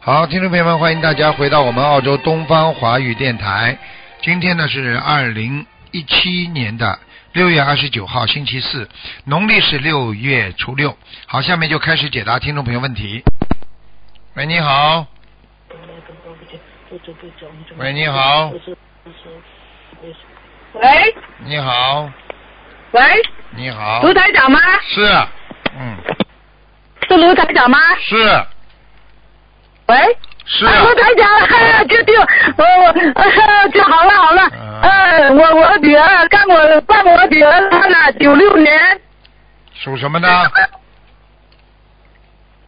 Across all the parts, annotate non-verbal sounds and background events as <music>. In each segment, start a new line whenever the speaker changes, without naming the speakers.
好，听众朋友们，欢迎大家回到我们澳洲东方华语电台。今天呢是二零一七年的六月二十九号，星期四，农历是六月初六。好，下面就开始解答听众朋友问题。喂，你好。喂，你好。
喂
你好，
喂，
你好。
卢台长吗？
是，嗯，
是卢台长吗？
是啊
喂，
是。
啊卢台长，哎、就就我我、呃就好了好了，
嗯
呃，我我女儿刚我办我女儿她了，九六年，
属什么呢？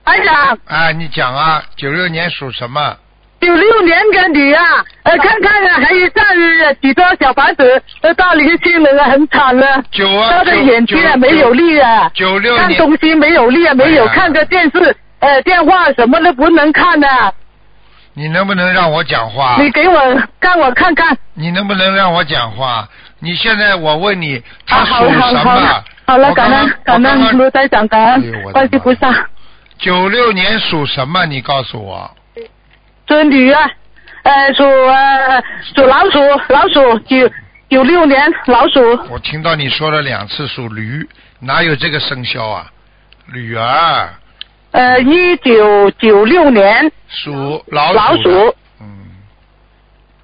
台长，
哎，你讲啊，九六年属什么？
九六年的女啊，呃，看看啊，还有上呃几多小房子都到零星了，啊很惨了。
九
他
啊，
的
九
眼睛啊没有。力啊，
九六
看
年，
东西没有力啊，没有
哎呀
看个电视，呃，电话什么都不能看的、
啊你能不能让我讲话？
你给我让我看看，
你能不能让我讲话？你现在我问你，他
啊，好
属
了好
什
了好
么
了？，好了，
我刚
感
刚
恩
我
感
刚
恩
刚
卢台长，感
哎呦我的
恩关系菩萨，
九六年属什么？你告诉我。
孙女啊，呃，属呃属老鼠，老鼠九九六年老鼠，
我听到你说了两次属驴，哪有这个生肖啊？驴儿
呃，一九九六年，
属老
老
鼠的。
鼠，
嗯，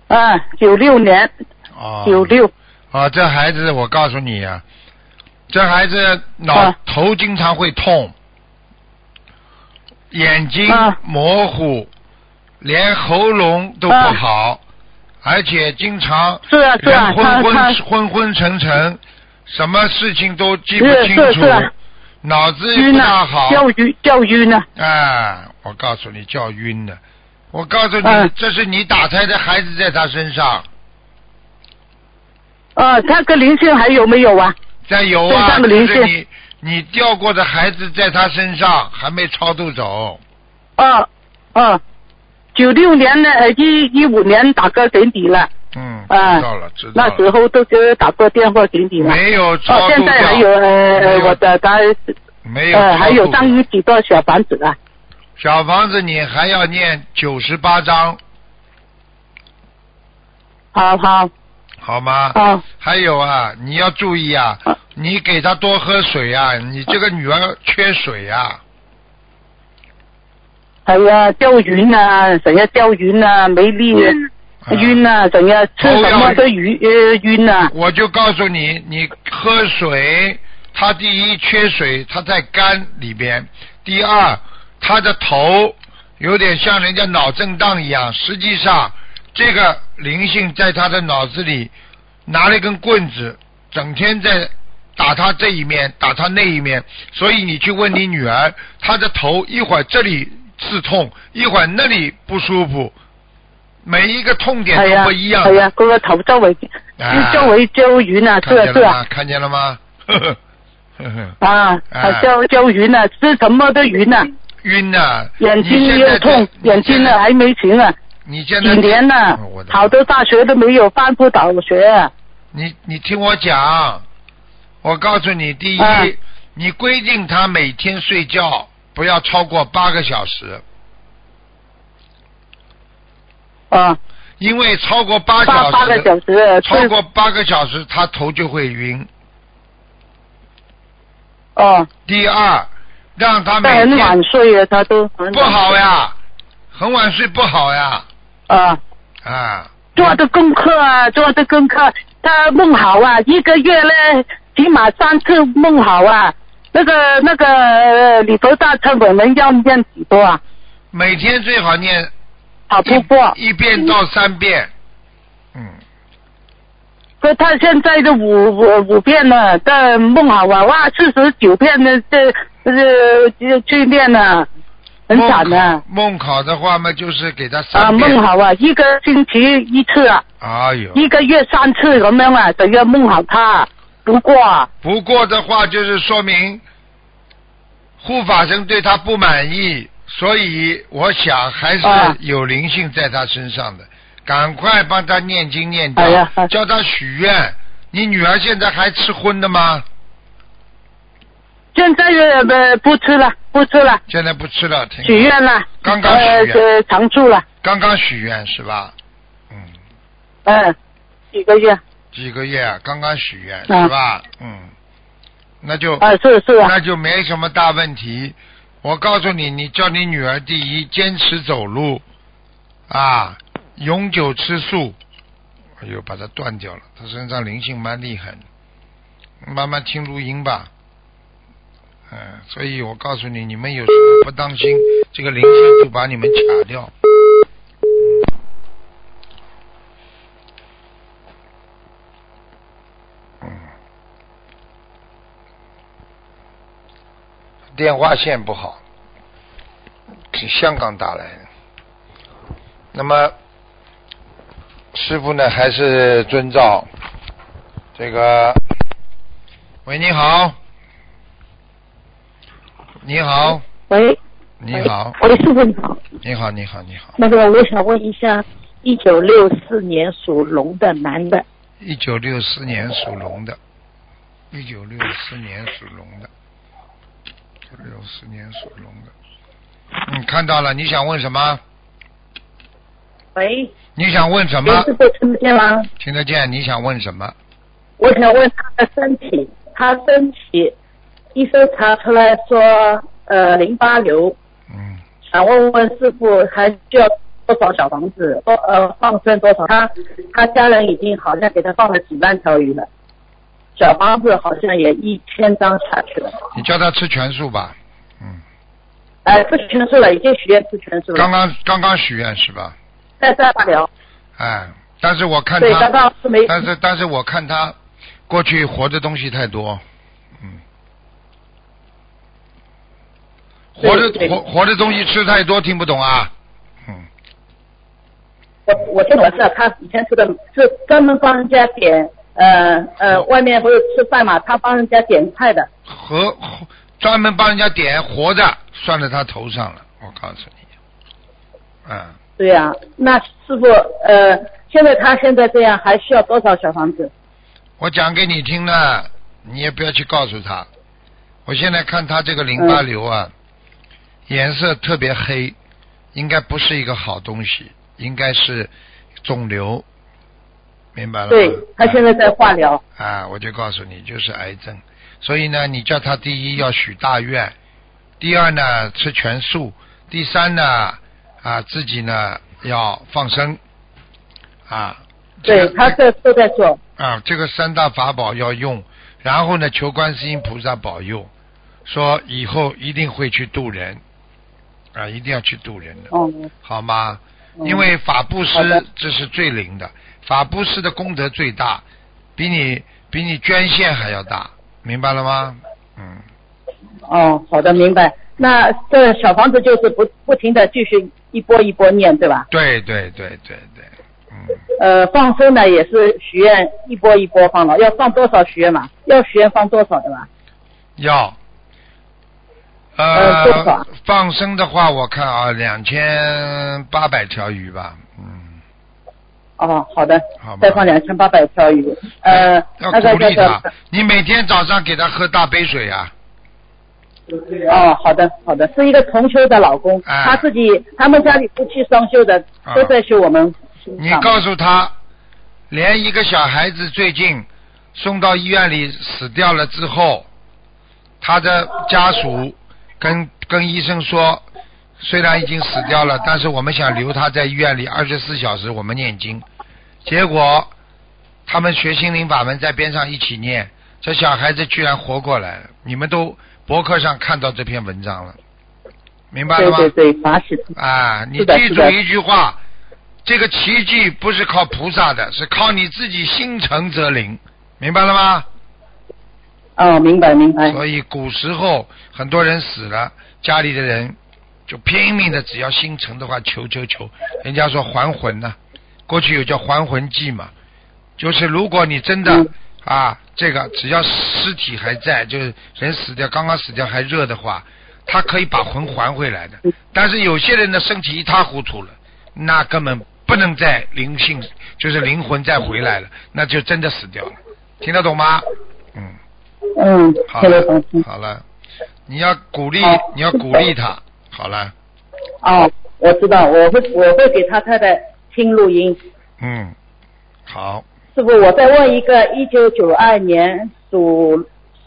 嗯，九六年
哦。
九六，
啊，这孩子，我告诉你啊，这孩子脑、
啊
头经常会痛，眼睛
啊
模糊，连喉咙都不
啊
好，而且经常
是啊是啊，
人昏
他
昏、
他
昏昏沉沉，什么事情都记不
是
清
是
楚，
是
脑子也
晕
不大
了
好，，
叫晕叫晕了，
啊，我告诉你叫晕了，我告诉你，
嗯
这是你打胎的孩子在他身上，
呃，他跟灵性还有没有啊？
在有
身
啊，
上的
就
灵
是
性
你你掉过的孩子在他身上还没超度走，
哦哦，九六年的呃一一五年打过给你了，
嗯，
啊
知道了，知道
那时
了，
候都是打过电话给你了。
没有超
哦，
度
现在还
掉，
有呃
没
呃
有
我的他
没有
呃还
超
有
度
上
掉
几多小房子啊？
小房子你还要念九十八章，
好好
好吗？
好，
还有啊，你要注意啊
啊，
你给他多喝水啊，你这个女儿缺水啊，
还有啊钓鱼呢，怎样钓鱼呢？没力，
啊
晕呢，怎样吃
头
什
要
么都晕
哎
呃晕呢？
我就告诉你，你喝水，它第一缺水，它在肝里边；第二，它的头有点像人家脑震荡一样，实际上这个灵性在他的脑子里拿了一根棍子，整天在打他这一面，打他那一面。所以你去问你女儿，她的头一会儿这里刺痛，一会儿那里不舒服，每一个痛点
哎
都
呀
不一样
哎
的。
呀，嗰个头周围
啊
周围周晕呢，是
看
啊
见
是
了
啊
吗？。看见了吗？呵呵呵呵，
啊，
哎
叫叫晕了，吃什么都晕啊了，
<laughs> 晕呐、
眼
你
睛
现在
又痛，
在
眼睛呢还没停啊，
你现
几
在
年了
我，的妈
好多大学都没有翻不倒学啊，
你你听我讲，我告诉你，第一，
哎
你规定他每天睡觉不要超过八个小时，
啊，
因为超过八小
八
时，
八个小时，
超
是
过八个小时他头就会晕。
哦，
第二，让他每
他很晚
天
睡啊，他都很晚
不好呀，很晚睡不好呀，
啊，
啊，
做的功课啊，做的功课，他梦好啊，一个月呢起码三次梦好啊，那个那个呃礼佛大忏悔文要念几多啊？
每天最好念
好不过。
一一遍到三遍，嗯，
可他现在的五五五遍了，但梦好啊，哇，四十九遍呢，这这这去练呢，很
梦
惨的
考梦考的话嘛，就是给他
啊，
三遍。
梦好啊，一个星期一次啊，
哎呦，
一个月三次咁样啊，等要梦好他。不过啊
不过的话就是说明护法神对他不满意，所以我想还
啊
是有灵性在他身上的，赶快帮他念经念
哎呀
经，叫他许愿。你女儿现在还吃荤的吗？
现在呃不吃了，不吃了，
现在不吃了，挺好
许愿了，
刚刚许愿
呃呃常住了，
刚刚许愿是吧？嗯，
嗯，几个月，
几个月啊刚刚许愿
嗯
是吧？嗯，那就
啊是是啊
那，就没什么大问题。我告诉你，你叫你女儿第一，坚持走路啊，永久吃素。哎呦，把它断掉了，她身上灵性蛮厉害的，慢慢听录音吧。嗯，所以我告诉你，你们有时候不当心，这个灵性就把你们卡掉。嗯，电话线不好，是香港打来的。那么，师傅呢，还是遵照这个。喂，你好，你好，
喂，
你好，
喂，师傅你好，
你好，你好，你好。
那个我想问一下，一九六四年属龙的男的，
一九六四年属龙的，一九六四年属龙的，六四年属龙的。嗯，看到了，你想问什么？
喂，
你想问什
刘
么
师？傅听得见吗？
听得见？你想问什么？
我想问他的身体，他身体医生查出来说呃淋巴瘤，
嗯，
想问问师傅还需要多少小房子，多呃放生多少？他他家人已经好像给他放了几万条鱼了，小房子好像也一千张下去了，
你叫他吃全素吧。嗯，
哎、不全数了，已经许愿不全数了，
刚刚刚刚许愿是吧？
再再罢了。
哎，但是我看
对，刚
他，
刚是没。
但是但是我看他过去活的东西太多，嗯，
对
活的
对
活活的东西吃太多，听不懂啊？嗯，
我我听我知道，他以前是个是专门帮人家点，呃呃，外面不是吃饭嘛，他帮人家点菜的。
和和专门帮人家点活的算在他头上了，我告诉你，嗯。
对呀、那师傅，呃，现在他现在这样还需要多少小房子？
我讲给你听呢，你也不要去告诉他。我现在看他这个淋
嗯
巴瘤啊，颜色特别黑，应该不是一个好东西，应该是肿瘤，明白了吗？
对他现在在化疗，
啊，我就告诉你，就是癌症。所以呢，你叫他第一要许大愿，第二呢吃全素，第三呢啊自己呢要放生，啊。这
对
个
他这都在做。
啊，这个三大法宝要用，然后呢，求观世音菩萨保佑，说以后一定会去渡人，啊，一定要去渡人的，
哦、
好吗？
嗯
因为法布
好
施
的
这是最灵的，法布施的功德最大，比你比你捐献还要大，明白了吗？嗯，
哦，好的，明白。那这小房子就是不不停的继续一波一波念，对吧？
对对对对对，嗯，
呃，放生呢也是许愿一波一波放了，要放多少许愿嘛？要许愿放多少对吧？
要。
呃多少
放生的话，我看啊，两千八百条鱼吧，嗯。
哦，好的
好吧，
再放两千八百条鱼。呃，
要
那个
鼓
叫
励
做
他，你每天早上给他喝大杯水啊，
哦，好的好的，是一个同修的老公，
哎
他自己他们家里夫妻双修的
啊，
都在修我们心
你
脏。
告诉他，连一个小孩子最近送到医院里死掉了之后，他的家属跟跟医生说，虽然已经死掉了，但是我们想留他在医院里二十四小时，我们念经。结果他们学心灵法门在边上一起念，这小孩子居然活过来了。你们都博客上看到这篇文章了，明白了
对
吗？
对对，法喜充
啊，你
是的
记
是
住
的
一句话，这个奇迹不是靠菩萨的，是靠你自己心诚则灵，明白了吗？
哦，明白明白。
所以古时候很多人死了，家里的人就拼命的，只要心诚的话，求求求，人家说还魂呢、过去有叫还魂记嘛，就是如果你真的、
嗯
啊，这个只要尸体还在，就是人死掉刚刚死掉还热的话，他可以把魂还回来的
嗯。
但是有些人的身体一塌糊涂了，那根本不能再灵性，就是灵魂再回来了，那就真的死掉了。听得懂吗？嗯，
嗯，
好
谢谢
了
同修，。
好了，你要鼓励
好，
你要鼓励他。好了，
哦，我知道，我会我会给他太太听录音。
嗯，好，
师傅，我再问一个，一九九二年属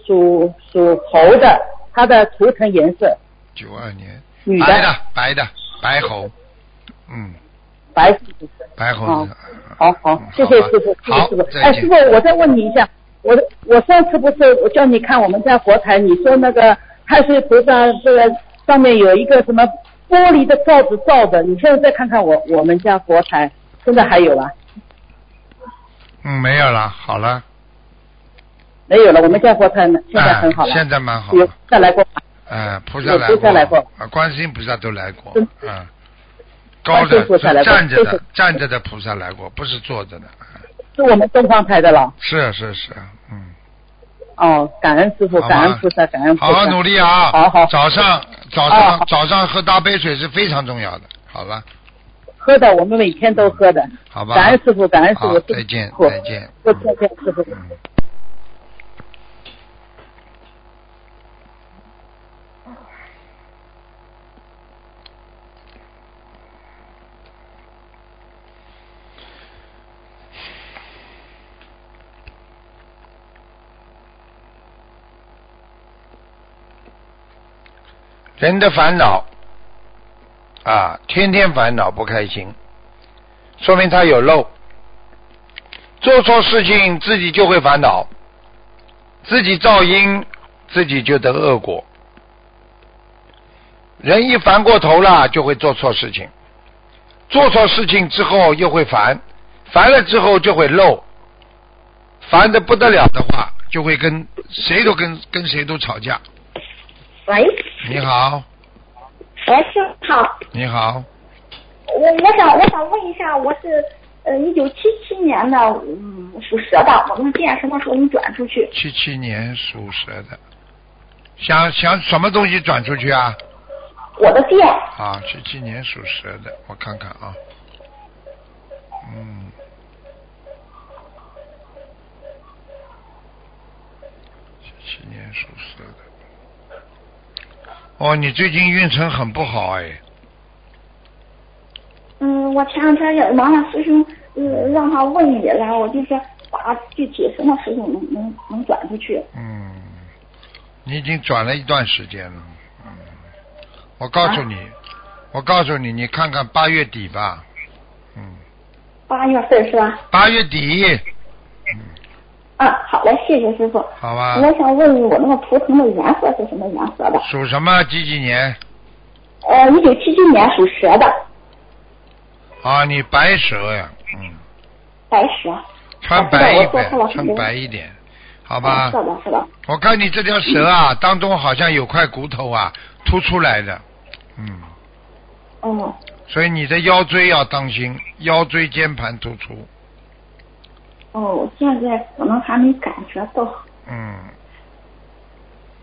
属属猴的，他的图腾颜色，
九二年，
女
白的，白的，白猴，嗯，
白色的。
白猴子。
好好
嗯，
谢谢师傅，谢谢
好吧
师傅
好，。
哎，
再
师
见
傅。，我再问你一下，我我上次不是我叫你看我们家佛台，你说那个太岁菩萨这个上面有一个什么玻璃的罩子罩的，你现在再看看我我们家佛台，现在还有啊吧？
嗯，没有了，好了，
没有了，我们家佛台呢现在很好了，
哎现在蛮好
有再来过吧。
哎，菩萨来
有菩萨来过
啊，观世音菩萨都来过
嗯，
啊，高
观世
的
音菩萨来过
站着
就
的
是
站着的菩萨来过，不是坐着的，啊
是我们东方台的了。
是是是，嗯，
哦，感恩师傅，
好吧
感恩菩萨，感恩菩萨。
好好努力啊，
好好
早上早
哦
上
好
早上喝大杯水是非常重要的，好了，
喝的，我们每天都喝的。
嗯好吧，
感恩师傅，感恩师
好
傅，
再见
师傅
再见
再见，再见师傅。
嗯。人的烦恼啊，天天烦恼不开心，说明他有漏。做错事情自己就会烦恼，自己造因，自己就得恶果。人一烦过头了，就会做错事情，做错事情之后又会烦，烦了之后就会漏，烦的不得了的话，就会跟谁都跟跟谁都吵架。
喂，
你好，
喂，师傅好，
你好，
我我想我想问一下，我是呃一九七七年的，嗯，属蛇的，我们店什么时候能转出去？
七七年属蛇的，想想什么东西转出去啊？
我的店
啊，七七年属蛇的，我看看啊，嗯，七七年属蛇的，哦，你最近运程很不好哎，
嗯，我前两天也麻烦师兄，呃，让他问你了，我就说把具体什么时候能能能转出去？
嗯，你已经转了一段时间了，嗯，我告诉你，我告诉你，你看看八月底吧，嗯，
八月份是吧？
八月底，
啊，好嘞，谢谢师傅。
好吧，
我想问你，我那个图腾的颜色是什么颜色的？
属什么？几几年？
呃，一九七七年属蛇的，
啊，你白蛇呀，嗯。
白蛇。
穿白一点
我，知道我知道
穿白一点，好吧
嗯？是的，是的。
我看你这条蛇
<clears throat>
啊，当中好像有块骨头啊凸出来的，嗯，
嗯，
所以你的腰椎要当心，腰椎间盘突出，
哦，我现在可能还没感觉到。
嗯，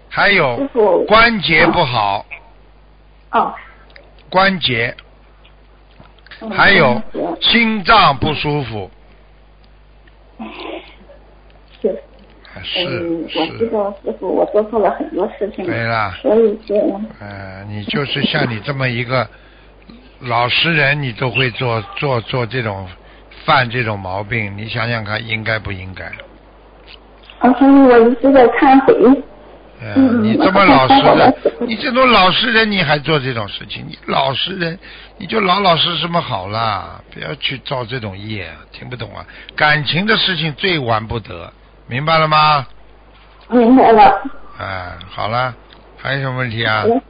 还
师
有
傅，
关节不好，
哦，
关节
嗯
还有
感觉
心脏不舒服，
是，
是
嗯，我知
哎是，哎
道师傅，我做错了很多事情，
对啦，
所以就嗯
呃，你就是像你这么一个老实人，你都会做做做这种犯这种毛病，你想想看，应该不应该？
嗯，所以我一直在忏悔。
呃
嗯
你这么老实的 <laughs>
我知道，
你这种老实人，你还做这种事情？你老实人，你就老老实实么好啦，不要去造这种业，听不懂啊？感情的事情最玩不得，明白了吗？
明白了，
啊、好了，还有什么问题啊？
嗯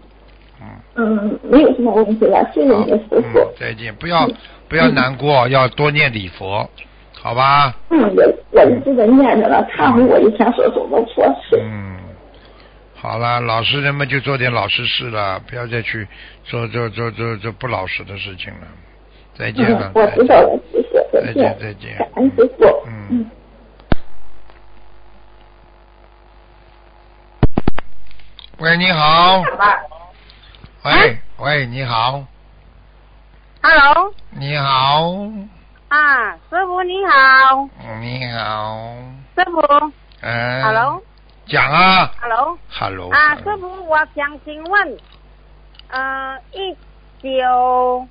嗯，
嗯，没有什么问题了，谢谢
好，
你的师
嗯
傅。，嗯
再见，不要不要难过，要多念礼佛，好吧？
嗯，我我一直在念着了，忏悔我以前所做的错事。
嗯，好了，老实人们就做点老实事了，不要再去做做做做做不老实的事情了。再见了
嗯，，我知道了，谢谢，
再见
见，
再见
感恩师傅。
嗯
嗯。
喂，你好。
啊
喂喂，你好，
Hello，
你好，
啊，师傅你好，
你好，
师傅
嗯。
，Hello，
讲啊
，Hello，
，Hello，
啊，师傅，我想请问，呃，一九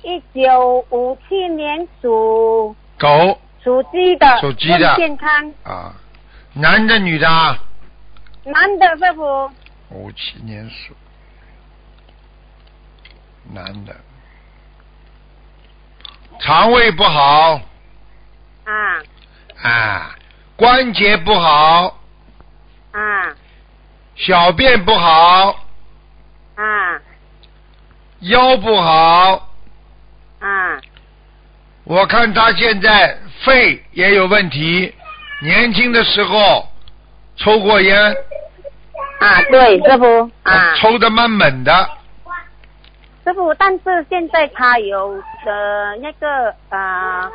一九五七年属
狗
属鸡的，
属鸡的
问健康，
啊，男的女的啊？
男的师傅，
五七年属，男的，肠胃不好
啊
啊，关节不好，
啊
小便不好，
啊
腰不好。
啊
我看他现在肺也有问题，年轻的时候抽过烟，
啊，对，师傅啊，
抽的蛮猛的，
师傅，但是现在他有呃那个呃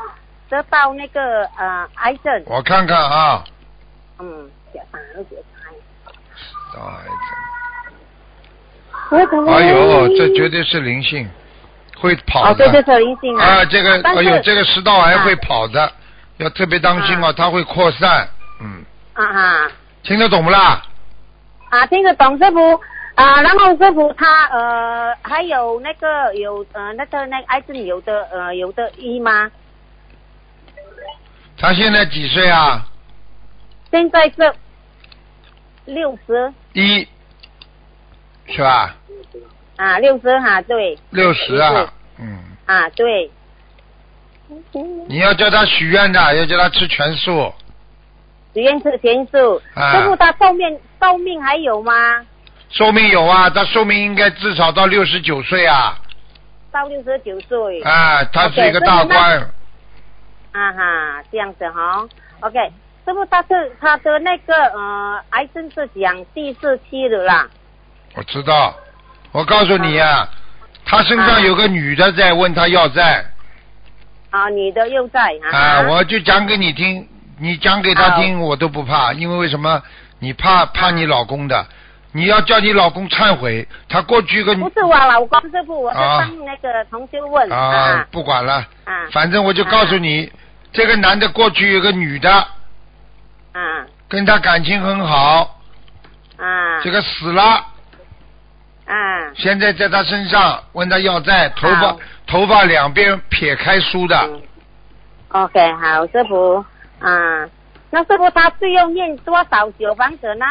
得到那个呃癌症，
我看看啊，
嗯，解答了解答。
到癌症，哎呦，这绝对是灵性，会跑
哦，
的。
对，就是灵性
啊，这个，
但
哎
是
呦，这个食道癌会跑的，要特别当心哦，
啊
它会扩散。嗯，
啊啊
听得懂不啦？
啊，听得懂师傅啊。然后师傅他呃还有那个有呃那个那个癌症有的呃有的医吗？
他现在几岁啊？
现在是六十
一，是吧？
啊，六十哈，对
六十啊，嗯，
啊对
你要叫他许愿的，要叫他吃全素。
许愿是全数。
啊
师傅他寿命寿命还有吗？
寿命有啊，他寿命应该至少到六十九岁啊！
到六十九岁。
啊，他是
OK，
一个大
哦所以那
官，
啊哈，这样子哈、OK，师傅他是他的那个呃癌症是讲第四期的啦。
我知道。我告诉你啊，他身上
啊
有个女的在问他要债，
啊，你的又在啊
啊，我就讲给你听，你讲给他听，我都不怕，因为为什么？你怕
嗯
怕你老公的，你要叫你老公忏悔，他过去个
不是我老公师傅，我
嗯
是
啊
帮那个同学问
啊
啊，
不管了，
啊
反正我就告诉你，这个男的过去有个女的
啊
跟他感情很好，
啊
这个死了，
啊
现在在他身上问他要债，头发
好
头发两边撇开梳的
嗯，，OK，好师傅啊，那师傅他是要念多少小房子呢？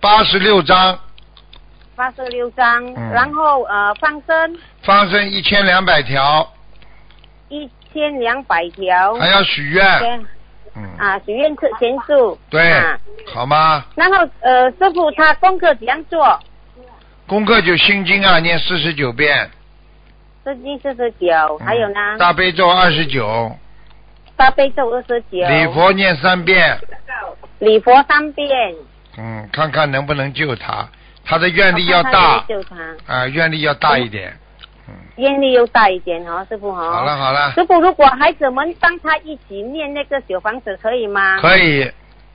八十六张，
八十六章，
嗯
然后呃放生
放生一千两百条，
一千两百条
还要许愿，
，OK，
嗯，
啊许愿是全数，
对
啊，
好吗？
然后呃师傅他功课怎样做？
功课就心经啊，念四十九遍。
是第四十九，还有
嗯
呢，
大悲咒二十九，
大悲咒二十九，
礼佛念三遍，
礼佛三遍，
嗯，看看能不能救他。他的愿力要
我
大
看看有没有救他，
啊、愿力要大一点。
愿力又大一点哦，师傅哦。
好了。好了，
师傅，如果孩子们帮他一起念那个小房子，可以吗？
可以，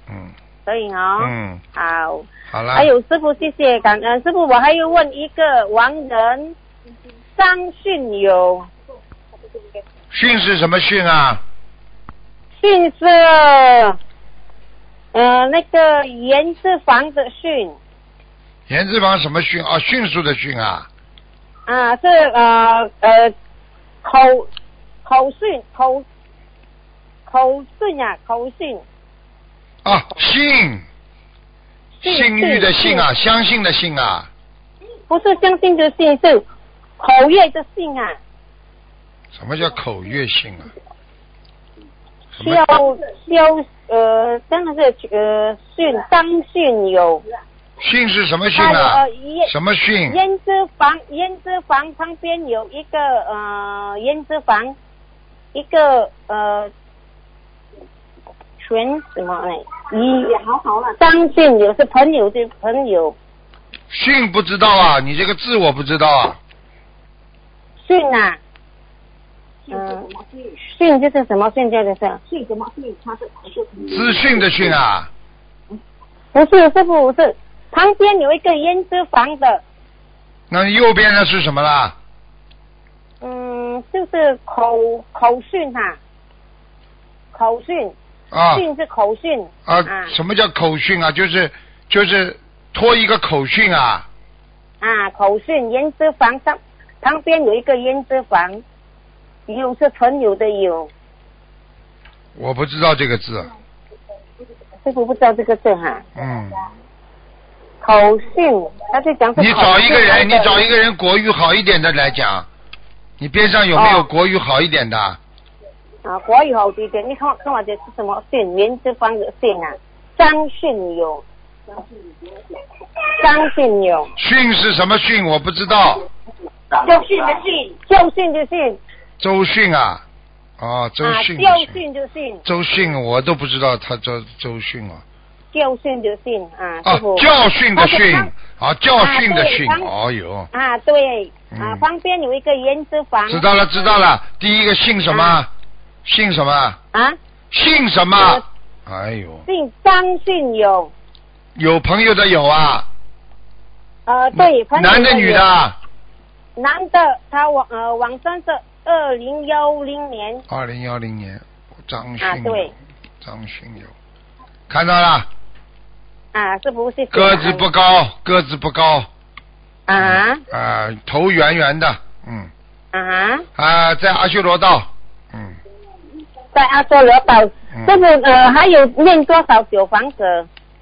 嗯
可以哦。。
嗯，
好。
好了。
还有师傅，谢谢感恩师傅。我还要问一个王人张训友，
训是什么训啊？
训是呃那个言字房的训
言字旁什么训啊？迅速的迅啊，
啊，是呃呃口口训口口训啊口训。
啊，信，
信
信誉的
信
信啊，相信的信啊，
不是相信的信，是口业的信啊，
什么叫口月信啊？什
需
么
要需要呃，真的是呃训当训有，
训是什么训
还有
啊
呃？胭
什么训？
胭脂房胭脂房旁边有一个呃胭脂房，一个呃全什么哎一张信友是朋友的朋友
训不知道啊，你这个字我不知道啊。
训啊，嗯、训就是什么训就是什么。
资讯的讯啊，
不是，师傅不是，旁边有一个胭脂房的，
那你右边的是什么啦？
嗯，就是口口讯哈、口讯
啊
训是口训
啊
啊，
什么叫口训啊？就是就是拖一个口训啊，
啊，口训胭脂房上旁边有一个胭脂房，有是纯有的有，
我不知道这个字，
师傅不知道这个字哈。
嗯，
口训，他就讲是
你找一个人，你找一
个
个人国语好一点的来讲，你边上有没有
哦
国语好一点的？
啊，国语好一点，你看看我这是什么训？胭脂房的训啊，张训有，张训有，
训是什么训？我不知道。
就训的训，就训就训，
周迅啊，哦，周
啊，
迅，
就训就训，
周迅，我都不知道他叫周迅啊。
就训就训啊，
哦
师傅。，
教训的训
他是
啊，教训的训，
啊对他
哦哟，
啊，对，啊，
嗯
旁边有一个胭脂房。
知道了知道了。第一个姓什么？姓什么？
啊，
姓什么？哎呦，
姓张姓有，
有朋友的有啊，
呃，对，朋友
男的女的
有？
啊？
男的，他网呃网上是二零幺零年
二零幺零年，张
啊，
迅
对
有，张迅有，看到了，
啊，是不是
个子不高，个子不高，
啊
啊，头圆圆的，嗯，
啊，
啊，在阿修罗道，嗯。
在阿修罗岛，
嗯
这个呃还有念多少小房子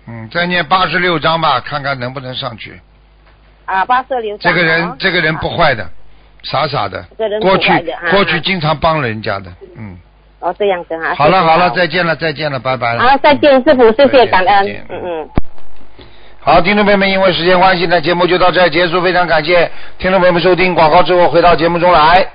嗯，再念八十六章吧，看看能不能上去。
啊？八十六章
这
啊。
个人，这个人不坏的，傻傻的
这个人，不
过去
坏的啊
过去经常帮人家的，嗯。
哦，这样子啊。
好了
谢谢啊
好了，再见了再见了，拜拜了。
好，再见，师傅，谢
再
谢，
见
感
再
恩
见，
嗯嗯。
好，听众朋友们，因为时间关系呢，节目就到这儿结束，非常感谢听众朋友们收听，广告之后回到节目中来。